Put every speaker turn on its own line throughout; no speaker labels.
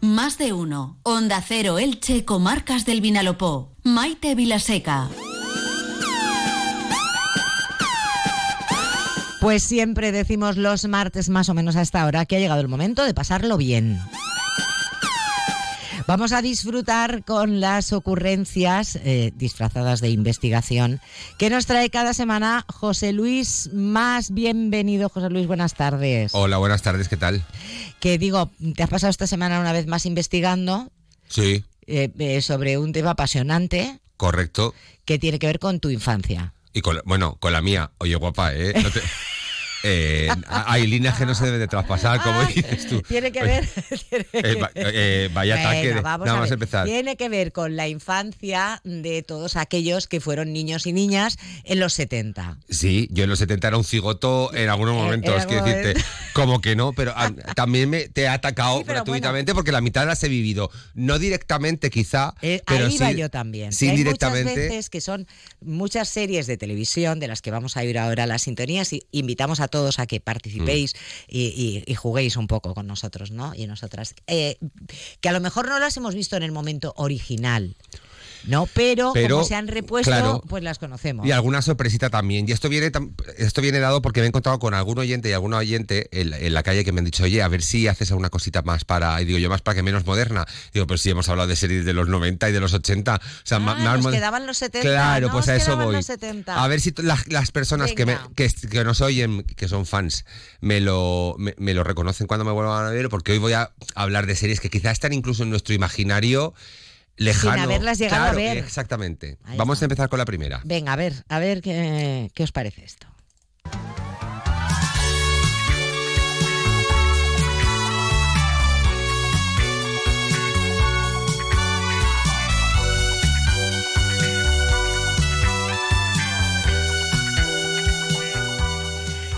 Más de uno. Onda Cero Elche, Comarcas del Vinalopó. Maite Vilaseca.
Pues siempre decimos los martes más o menos a esta hora que ha llegado el momento de pasarlo bien. Vamos a disfrutar con las ocurrencias eh, disfrazadas de investigación que nos trae cada semana José Luis. Más bienvenido, José Luis, buenas tardes.
Hola, buenas tardes, ¿qué tal?
Que digo, te has pasado esta semana una vez más investigando
Sí,
eh, eh, sobre un tema apasionante
correcto.
que tiene que ver con tu infancia.
Y con, la- bueno, con la mía. Oye, guapa, ¿eh? No te- Eh, a- hay líneas que no se deben de traspasar, como
Ay,
dices tú.
Tiene que
Oye,
ver. tiene
eh, va- eh, vaya
Bueno,
ataque. de-
vamos
nada
a
más
ver.
empezar.
Tiene que ver con la infancia de todos aquellos que fueron niños y niñas en los 70.
Sí, yo en los 70 era un cigoto en algunos
Eh,
momentos,
en
quiero
algún
decirte. Como que no, pero ah, también me, te he atacado
Sí, pero
gratuitamente porque la mitad las he vivido. No directamente, quizá,
Eh,
pero
ahí
sí,
va yo también.
Sí,
que hay
directamente.
Muchas veces que son muchas series de televisión de las que vamos a ir ahora a las sintonías y invitamos a todos a que participéis
Mm.
y, y- y juguéis un poco con nosotros, ¿no? Y nosotras. Eh, que a lo mejor no las hemos visto en el momento original, ¿no? Pero, como
Pero,
se han repuesto,
claro.
pues las conocemos.
Y alguna sorpresita también. Y esto viene tam- esto viene dado porque me he encontrado con algún oyente y alguna oyente en, la- en la calle que me han dicho, oye, a ver si haces alguna cosita más para, y digo yo, más para que menos moderna. Digo, pero si hemos hablado de series de los 90 y de los 80. O sea, ma-
Ah,
más
nos
moder-
quedaban los 70.
Claro,
no,
pues
nos
a eso
quedaban
voy.
los 70.
A ver si t- las, las personas que, me-
Venga.
que, est- que nos oyen, que son fans, me lo, me, me lo reconocen cuando me vuelvan a ver, porque hoy voy a hablar de series que quizás están incluso en nuestro imaginario lejano.
haberlas llegado a
Claro,
ver.
Exactamente.
Ahí
Vamos
está.
a empezar con la primera.
Venga, a ver, a ver qué, qué os parece esto.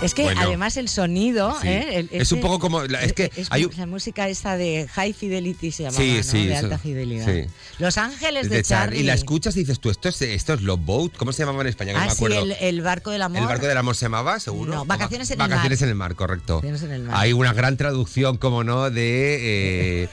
Es que
Bueno.
además el sonido
Sí.
¿eh? El-
Es un
ese-
poco como la- es que hay un-
la música esa de high fidelity se llamaba,
Sí,
¿no?
sí,
de
eso-
alta fidelidad.
sí.
Los Ángeles de,
de Char-
Charlie.
Y la escuchas y dices tú, esto es, esto es Love Boat. ¿Cómo se llamaba en España? Que
Ah,
no
sí,
me acuerdo.
el, el barco del amor.
¿El barco del amor se llamaba, seguro?
No,
O
Vacaciones en el
Vacaciones
mar.
en el mar, correcto.
Vacaciones en el mar.
Hay una gran traducción, como no, de eh,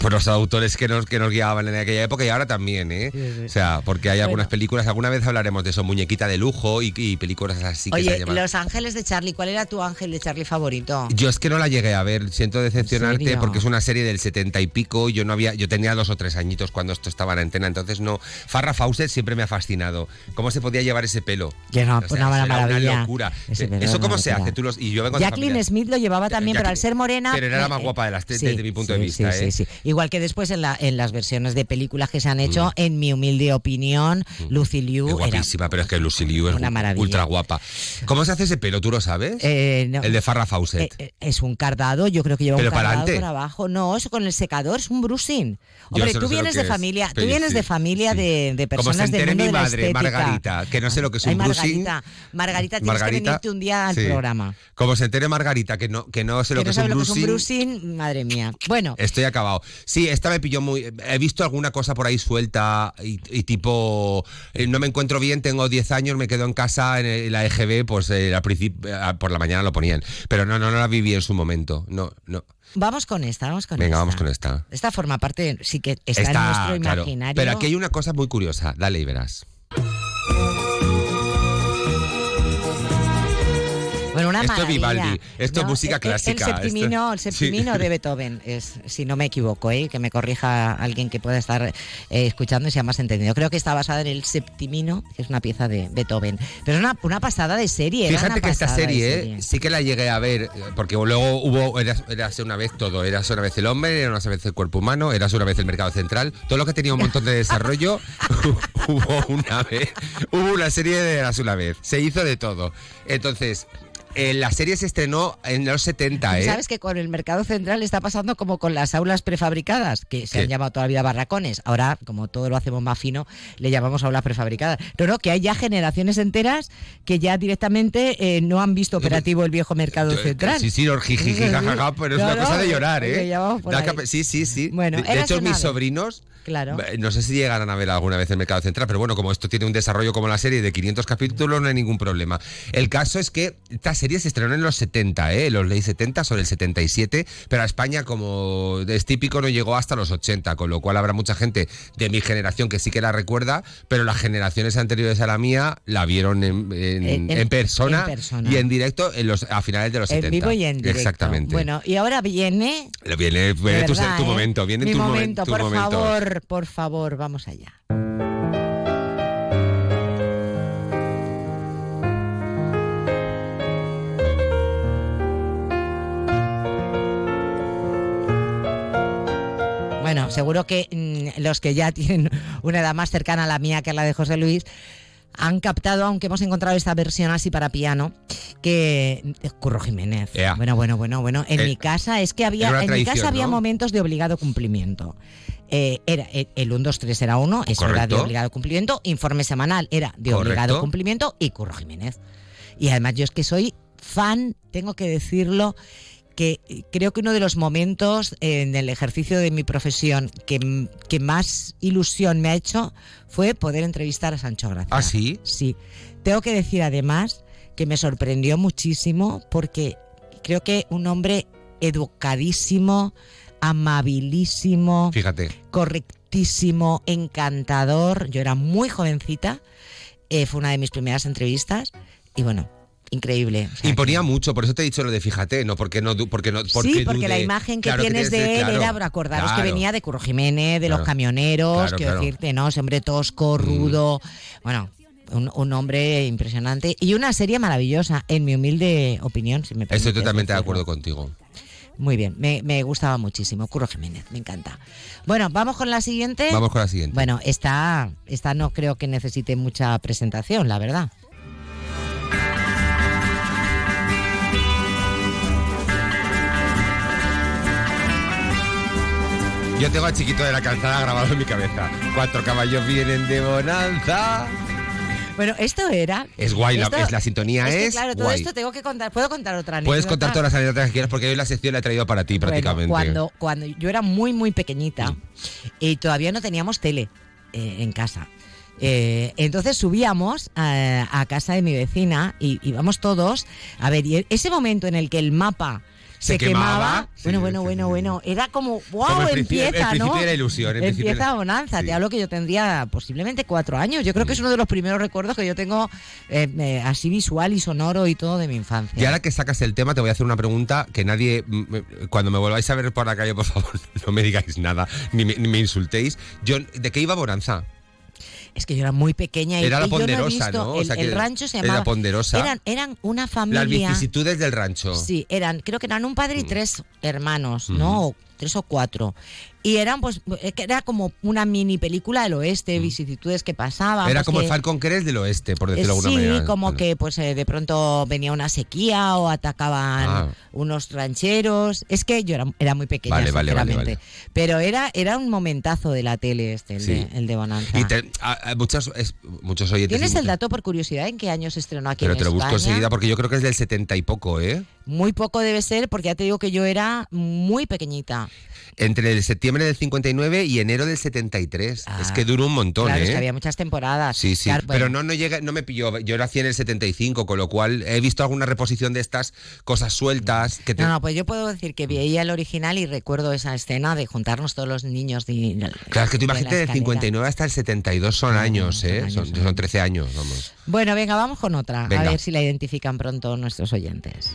por los autores que nos, que nos guiaban en aquella época y ahora también, ¿eh?
Sí, sí.
O sea, porque hay algunas
Bueno.
películas, alguna vez hablaremos de eso, Muñequita de Lujo y, y películas así que se
Oye,
llaman.
Los Ángeles de Charlie, ¿cuál era tu ángel de Charlie favorito?
Yo es que no la llegué a ver, siento decepcionarte
serio?
porque es una serie del 70 y pico, yo no había yo tenía dos o tres añitos cuando esto estaba en antena, entonces no Farrah Fawcett siempre me ha fascinado. ¿Cómo se podía llevar ese pelo?
Que no,
O sea,
Ah, una
era
maravilla.
Una locura. Eh,
Ese pelo era
Eso
una
cómo se
locura.
hace, tú los y yo vengo de
Jacqueline
familia-
Smith lo llevaba también, pero al
Jacqueline-
ser morena.
pero era la
eh,
más
eh,
guapa de las tres, desde mi punto de
sí,
vista,
sí,
¿eh?
sí, sí. Igual que después en, la, en las versiones de películas que se han hecho, en mi humilde opinión, Lucy Liu.
Qué
era-
guapísima, pero Mm. es que Lucy Liu es
una maravilla.
ultra guapa. ¿Cómo se hace ese pelo? ¿Tú lo sabes?
Eh, no.
El de Farrah Fawcett.
Eh, eh, es un cardado, yo creo que lleva
Pero
un
para
cardado
adelante.
por abajo. No, eso con el secador es un brushing. Hombre,
eso
tú
no sé lo
vienes
que
de
es,
familia, tú
pero
vienes
sí,
de familia
sí.
de, de
Como se
personas del
entere
mundo
mi
de la
madre,
estética.
Margarita, que no sé lo que es
Ay,
un brushing.
Margarita, Margarita, tienes que venirte un día al
sí.
programa.
Como se entere Margarita que no, que no sé lo
que
que,
no
es,
sabe
un
lo que es un
brushing, Eh,
brushing, madre mía. Bueno,
Estoy acabado. Sí, esta me pilló muy. He visto alguna cosa por ahí suelta y, y tipo. eh, no me encuentro bien, tengo 10 años, me quedo en casa en, el- la EGB, pues eh, al principio, eh, por la mañana lo ponían. Pero no, no, no la viví en su momento. No, no.
vamos con esta, vamos con
Venga,
esta.
vamos con esta.
Esta forma parte, sí que está, en nuestro
claro.
imaginario.
Pero aquí hay una cosa muy curiosa. Dale y verás.
Bueno, una
Esto es
maravilla. eh,
Vivaldi, esto es música
el- el-
clásica,
El septimino,
esto-
el septimino
sí.
de Beethoven, es, si no me equivoco, ¿eh? que me corrija alguien que pueda estar eh, escuchando y sea más entendido. Creo que está basada en el septimino, que es una pieza de Beethoven. Pero es una, una pasada de serie. era
Fíjate
una
que esta
pasada de
serie, eh, sí que la llegué a ver, eh, porque luego hubo, eras, eras una vez todo, eras una vez el hombre, eras una vez el cuerpo humano, eras una vez el mercado central, todo lo que tenía un montón de desarrollo, hubo una vez, hubo una serie de eras una vez, se hizo de todo. Entonces, eh, la serie se estrenó en los 70, ¿eh?
Sabes que con el mercado central está pasando como con las aulas prefabricadas, que se
¿Qué?
han llamado toda la vida barracones. Ahora, como todo lo hacemos más fino, le llamamos aulas prefabricadas. No, no, que hay ya generaciones enteras que ya directamente eh, no han visto operativo el viejo mercado
Eh,
central.
Sí, sí, no, jiji, jajaja, pero es
No,
una
no,
cosa de llorar,
que
¿eh?
llevamos por
Da
ahí.
capa- sí, sí, sí.
Bueno,
de, de
eras
hecho,
una
mis
vez.
sobrinos,
Claro.
eh, no sé si llegarán a ver alguna vez el Mercado Central, pero bueno, como esto tiene un desarrollo como la serie de 500 capítulos, no hay ningún problema. El caso es que esta serie se estrenó en los 70, ¿eh? Los ley 70 sobre el 77, pero a España, como es típico, no llegó hasta los 80, con lo cual habrá mucha gente de mi generación que sí que la recuerda, pero las generaciones anteriores a la mía la vieron en, en-
En- en-
en persona,
en persona.
y en directo en los, a finales de los
En
70.
vivo y en directo.
Exactamente.
Bueno, y ahora viene.
Viene,
de
viene tu,
verdad,
tu
¿eh?
momento, viene
Mi
tu momen-
momento.
tu
por
momento.
favor, por favor, vamos allá. Bueno, seguro que mm, los que ya tienen una edad más cercana a la mía que a la de José Luis han captado, aunque hemos encontrado esta versión así para piano, que Curro Jiménez.
Ea.
Bueno, bueno, bueno, bueno. En
Eh,
mi casa es que
era
había,
una
en mi
traición,
casa había
¿no?
momentos de obligado cumplimiento. Eh, era eh, el 1, 2, 3 era 1, eso era de
Correcto.
obligado cumplimiento. Informe semanal era de obligado
Correcto.
cumplimiento y Curro Jiménez. Y además yo es que soy fan, tengo que decirlo, que eh, creo que uno de los momentos eh, en el ejercicio de mi profesión que, que más ilusión me ha hecho fue poder entrevistar a Sancho Gracia.
Ah, sí.
Sí. Tengo que decir además que me sorprendió muchísimo porque creo que un hombre educadísimo, amabilísimo,
Fíjate.
correctísimo, encantador. Yo era muy jovencita, eh, fue una de mis primeras entrevistas y bueno, increíble. O sea,
Y ponía mucho, por eso te he dicho lo de fíjate, no porque no, du- porque no, porque
sí, porque la
dude.
imagen que
Claro
tienes
tiene
de
que
él
ser, claro.
era, acordaros
Claro.
que venía de Curro Jiménez, de los
Claro.
camioneros,
Claro,
quiero
claro. Mm.
decirte, ¿no? Ese hombre tosco, rudo, bueno, un, un hombre impresionante y una serie maravillosa, en mi humilde opinión, si me permites.
Estoy totalmente de
decirlo.
acuerdo contigo.
Muy bien, me, me gustaba muchísimo, Curro Jiménez, me encanta. Bueno, vamos con la siguiente.
Vamos con la siguiente.
Bueno, esta, esta no creo que necesite mucha presentación, la verdad.
Yo tengo a Chiquito de la Calzada grabado en mi cabeza. Cuatro caballos vienen de bonanza.
Bueno, esto era.
Es guay, la-
esto-
es- la sintonía
que,
es
claro, todo
guay.
esto tengo que contar. ¿Puedo contar otra anécdota?
Puedes contar todas las anécdotas que quieras porque hoy la sección la he traído para ti
Bueno,
prácticamente. Mm.
cuando, cuando yo era muy, muy pequeñita y todavía no teníamos tele eh, en casa. Eh, entonces subíamos eh, a casa de mi vecina y íbamos todos. A ver, y ese momento en el que el mapa se,
Se quemaba. Sí,
Bueno,
sí,
bueno,
sí,
bueno,
sí.
bueno. Era como, wow,
Como el principio-
empieza,
el principio
¿no?
de la ilusión, el principio
empieza
de la-
bonanza.
Sí. Mm.
Te hablo que yo tendría posiblemente cuatro años. Yo creo que es uno de los primeros recuerdos que yo tengo eh, eh, así visual y sonoro y todo de mi infancia.
Y ahora que sacas el tema, te voy a hacer una pregunta que nadie. mm, me- Cuando me volváis a ver por la calle, por favor, no me digáis nada, ni me, ni me insultéis. Yo, ¿De qué iba Bonanza?
Es que yo era muy pequeña y
Era la
y yo no he
Ponderosa,
visto-
¿no? O
El,
sea, que
el rancho se
era
llamaba.
la Ponderosa.
Eran, eran una
Las
familia.
vicisitudes del rancho.
Sí, eran, creo que eran un padre
Mm.
y tres hermanos, ¿no? O tres o cuatro. Y eran, pues, es que era como una mini película del oeste, vicisitudes que pasaban.
Mm. Era
pues,
como el
que-
Falcon Crest del oeste, por
eh,
decirlo de
sí,
alguna manera.
como
Bueno.
que pues eh, de pronto venía una sequía o atacaban
Ah.
unos rancheros. Es que yo era, era muy pequeña,
Vale, vale, vale,
sinceramente. Pero era, era un momentazo de la tele este, el,
Sí.
de, el de Bonanza.
Y te- a- a muchas- es- muchos oyentes.
¿Tienes
y
el
muchas-
dato por curiosidad en qué año se estrenó aquí
Pero
en
te lo
España?
busco enseguida porque yo creo que es del 70 y poco, ¿eh?
Muy poco debe ser porque ya te digo que yo era muy pequeñita.
Entre el septiembre del 59 y enero del 73.
Ah.
es que duró un montón,
claro,
¿eh?
es que había muchas temporadas.
Sí, sí,
Claro,
pero
bueno,
no, no, llega, no me pilló. Yo nací en el 75, con lo cual he visto alguna reposición de estas cosas sueltas que te-
No, no, pues yo puedo decir que veía el original y recuerdo esa escena de juntarnos todos los niños. de-
Claro, es
pues de
que tú
la
imagínate del
escalera.
59 hasta el 72 son
No, no,
años,
son
¿eh?
años,
Son,
son
son 13 años, vamos.
Bueno, venga, vamos con otra. A
Venga.
ver si la identifican pronto nuestros oyentes.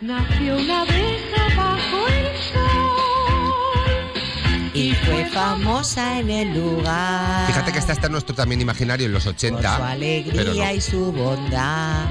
Nació una vez bajo el sol.
Y fue famosa en el lugar.
Fíjate que está hasta nuestro también imaginario en los
Por Ah. su
80. pero
alegría
no.
y su bondad.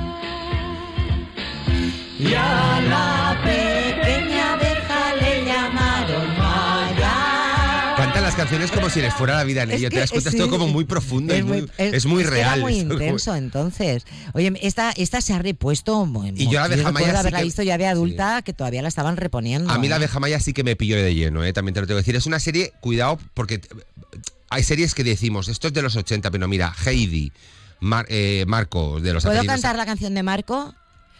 Y a la pequeña abeja le llamaron Maya.
Cantan las canciones como si les fuera la vida en ello. Te das cuenta, es todo como muy profundo, es, muy, es, muy
que era
real.
muy
es todo como-
intenso, entonces. Oye, esta, esta se ha repuesto. mo-
Y yo la abeja
recuerdo
Maya sí
haberla
que-
visto ya de adulta, que todavía la estaban reponiendo.
A mí la
¿eh?
abeja maya sí que me pilló de lleno, ¿eh? también te lo tengo que decir. Es una serie, cuidado, porque t- hay series que decimos, esto es de los 80, pero mira, Heidi, Mar- eh, Marco, de los
¿Puedo Eh,
apellidos-
cantar la canción de Marco?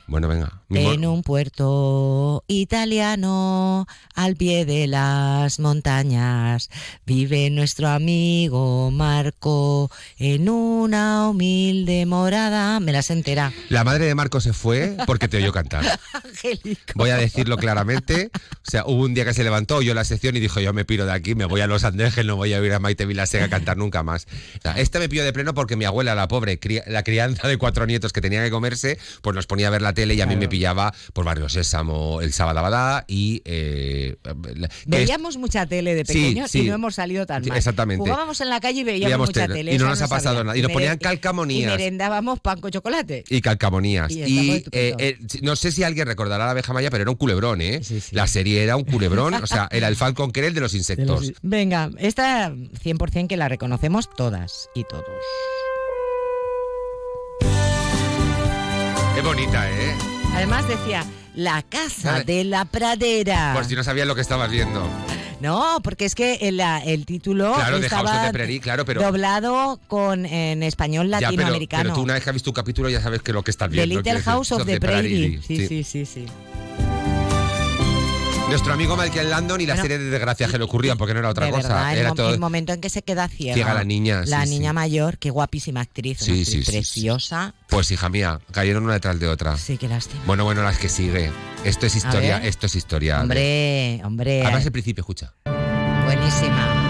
Bueno, venga. Mi
En
mo-
un puerto italiano, al pie de las montañas, vive nuestro amigo Marco en una humilde morada. Me las entera.
La madre de Marco se fue porque te oyó cantar.
Angélica.
Voy a decirlo claramente. O sea, hubo un día que se levantó, oyó la sección y dijo, yo me piro de aquí, me voy a Los Andes, no voy a oír a Maite Vilasega a cantar nunca más. O sea, esta me pilló de pleno porque mi abuela, la pobre, cri- la crianza de cuatro nietos que tenía que comerse, pues nos ponía a ver la tele y a mí me pillaba por Barrio Sésamo, El Sábado Abadá y... eh, la- que es-
Veíamos mucha tele de
Sí,
pequeños
sí.
y no hemos salido tan
Sí,
mal.
exactamente.
Jugábamos en la calle y veíamos,
Veíamos
mucha
tele.
tele.
Y no
esa
nos ha pasado
sabía.
nada. Y nos
Mere-
ponían calcamonías.
Y merendábamos pan con chocolate.
Y calcamonías.
Y
Y,
estamos estupendos.
eh, eh, no sé si alguien recordará la abeja maya, pero era un culebrón, ¿eh?
Sí, sí.
La serie era un culebrón, o sea, era el Falcon Creel de los insectos.
Venga, esta 100% que la reconocemos todas y todos.
Qué bonita, ¿eh?
Además decía, la casa
Vale.
de la pradera.
Por si no sabías lo que estabas viendo.
No, porque es que el, la- el título
Claro, de House
Oh, estaba
of the Prairie, claro, pero.
doblado con en español
Ya, pero,
latinoamericano.
pero tú una vez que has visto un capítulo ya sabes que lo que estás
The
viendo.
Little
quiero decir,
House of the Prairie. Sí,
sí.
sí, sí, sí.
Nuestro amigo Michael Landon y la
Bueno,
serie de desgracias que le ocurrían, porque no era otra
de
cosa.
verdad, el,
era
mom-
todo.
el momento en que se queda ciega.
Ciega la niña,
La
sí,
niña
sí.
mayor, qué guapísima actriz. una
Sí,
actriz
sí, Ah. sí,
preciosa.
Pues hija mía, cayeron una detrás de otra.
Sí, qué lástima.
Bueno, bueno, las que sigue. Esto es historia,
ver.
esto es historia.
hombre, hombre.
Además, eh, el principio, escucha.
Buenísima.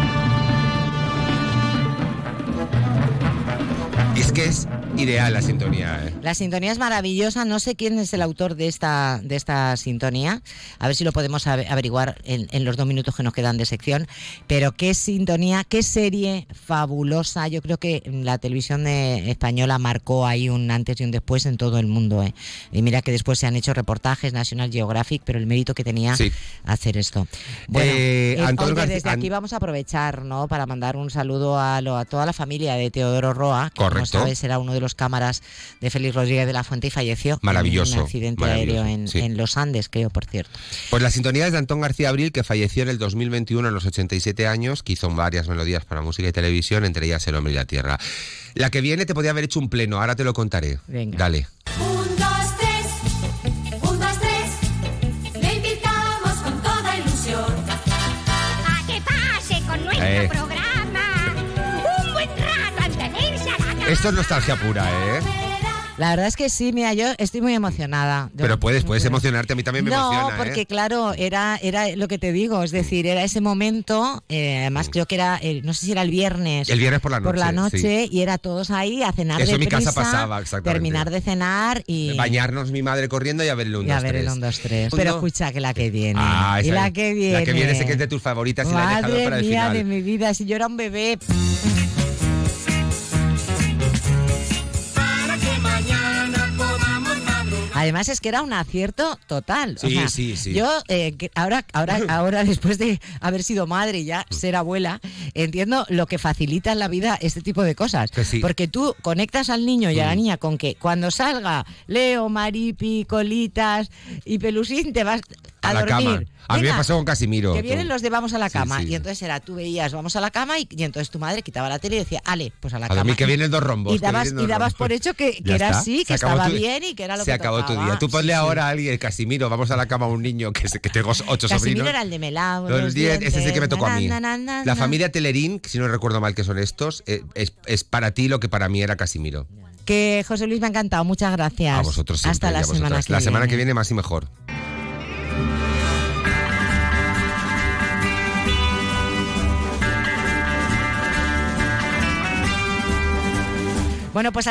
Y es que es ideal la sintonía, ¿eh?
La sintonía es maravillosa. No sé quién es el autor de esta, de esta sintonía. A ver si lo podemos ave- averiguar en, en los dos minutos que nos quedan de sección. Pero qué sintonía, qué serie fabulosa. Yo creo que la televisión eh, española marcó ahí un antes y un después en todo el mundo. ¿eh? Y mira que después se han hecho reportajes National Geographic, pero el mérito que tenía
Sí.
hacer esto. Bueno,
Eh,
eh,
Antonio
oye,
García-
desde aquí
An-
vamos a aprovechar, ¿no? Para mandar un saludo a, lo- a toda la familia de Teodoro Roa, que como
Correcto.
sabes era uno de los cámaras de Félix Rodríguez de la Fuente y falleció en
Maravilloso,
un accidente
maravilloso,
aéreo en,
sí.
en los Andes, creo, por cierto.
Pues la sintonía es de Antón García Abril, que falleció en el 2021 a los 87 años, que hizo varias melodías para música y televisión, entre ellas El hombre y la tierra. La que viene te podía haber hecho un pleno, ahora te lo contaré.
Venga.
Dale.
Un, dos, tres, un, dos, tres, le invitamos con toda ilusión.
A que pase con nuestro
Eh.
programa un buen rato antes de irse a la cama.
Esto es nostalgia pura, ¿eh?
La verdad es que sí, mira, yo estoy muy emocionada. Yo-
Pero puedes,
muy
puedes
buena.
emocionarte, a mí también me
no,
emociona. ¿eh?
porque claro, era, era lo que te digo, es decir, era ese momento, eh, además creo que era, eh, no sé si era el viernes.
El viernes por la noche.
por la
sí.
noche y era todos ahí a cenar de
Eso en mi casa
prisa,
pasaba, exactamente.
terminar de cenar y
Bañarnos mi madre corriendo y a ver el 1,
y a ver el 1, 2, 3. Pero escucha que la que viene.
Ah,
y
esa-
la que viene.
La que viene sé que es de tus favoritas y la he dejado
Madre
para el
mía
final.
de mi vida, si yo era un bebé. Además es que era un acierto total. O
Sí,
sea,
sí, sí.
Yo eh, que ahora, ahora, ahora después de haber sido madre y ya ser abuela, entiendo lo que facilita en la vida este tipo de cosas.
Que sí. Mm.
Porque tú conectas al niño y a la niña con que cuando salga Leo, Maripi, Colitas y Pelusín te vas a,
A, la
dormir.
cama. A mí me
Venga,
pasó con Casimiro.
que vienen
tú.
los de vamos a la
Sí,
cama.
sí.
Y entonces era, tú veías vamos a la cama y, y entonces tu madre quitaba la tele y decía, Ale, pues a la
A
cama.
dormir, que vienen dos rombos.
Y
que
dabas,
vienen
y
dos
dabas
rombos.
por hecho que, que
Ya
era
está.
así, que
Se acabó
estaba
tu-
bien y que era lo
Se
que
acabó tu
tocaba.
día. Tú ponle
Sí, sí.
ahora a alguien, Casimiro, vamos a la cama a un niño que, se- que tengo ocho
Casimiro
sobrinos.
era el de Melao.
Los
los
diez, ese es el que me
dientes,
tocó a mí.
na, na, na, na, na.
La familia Telerín, que si no recuerdo mal que son estos, eh, es, es para ti lo que para mí era Casimiro.
Que José Luis me ha encantado, muchas gracias.
A vosotros siempre.
Hasta
y a
la
vosotras.
semana que
La
viene.
semana que viene más y mejor.
Bueno, pues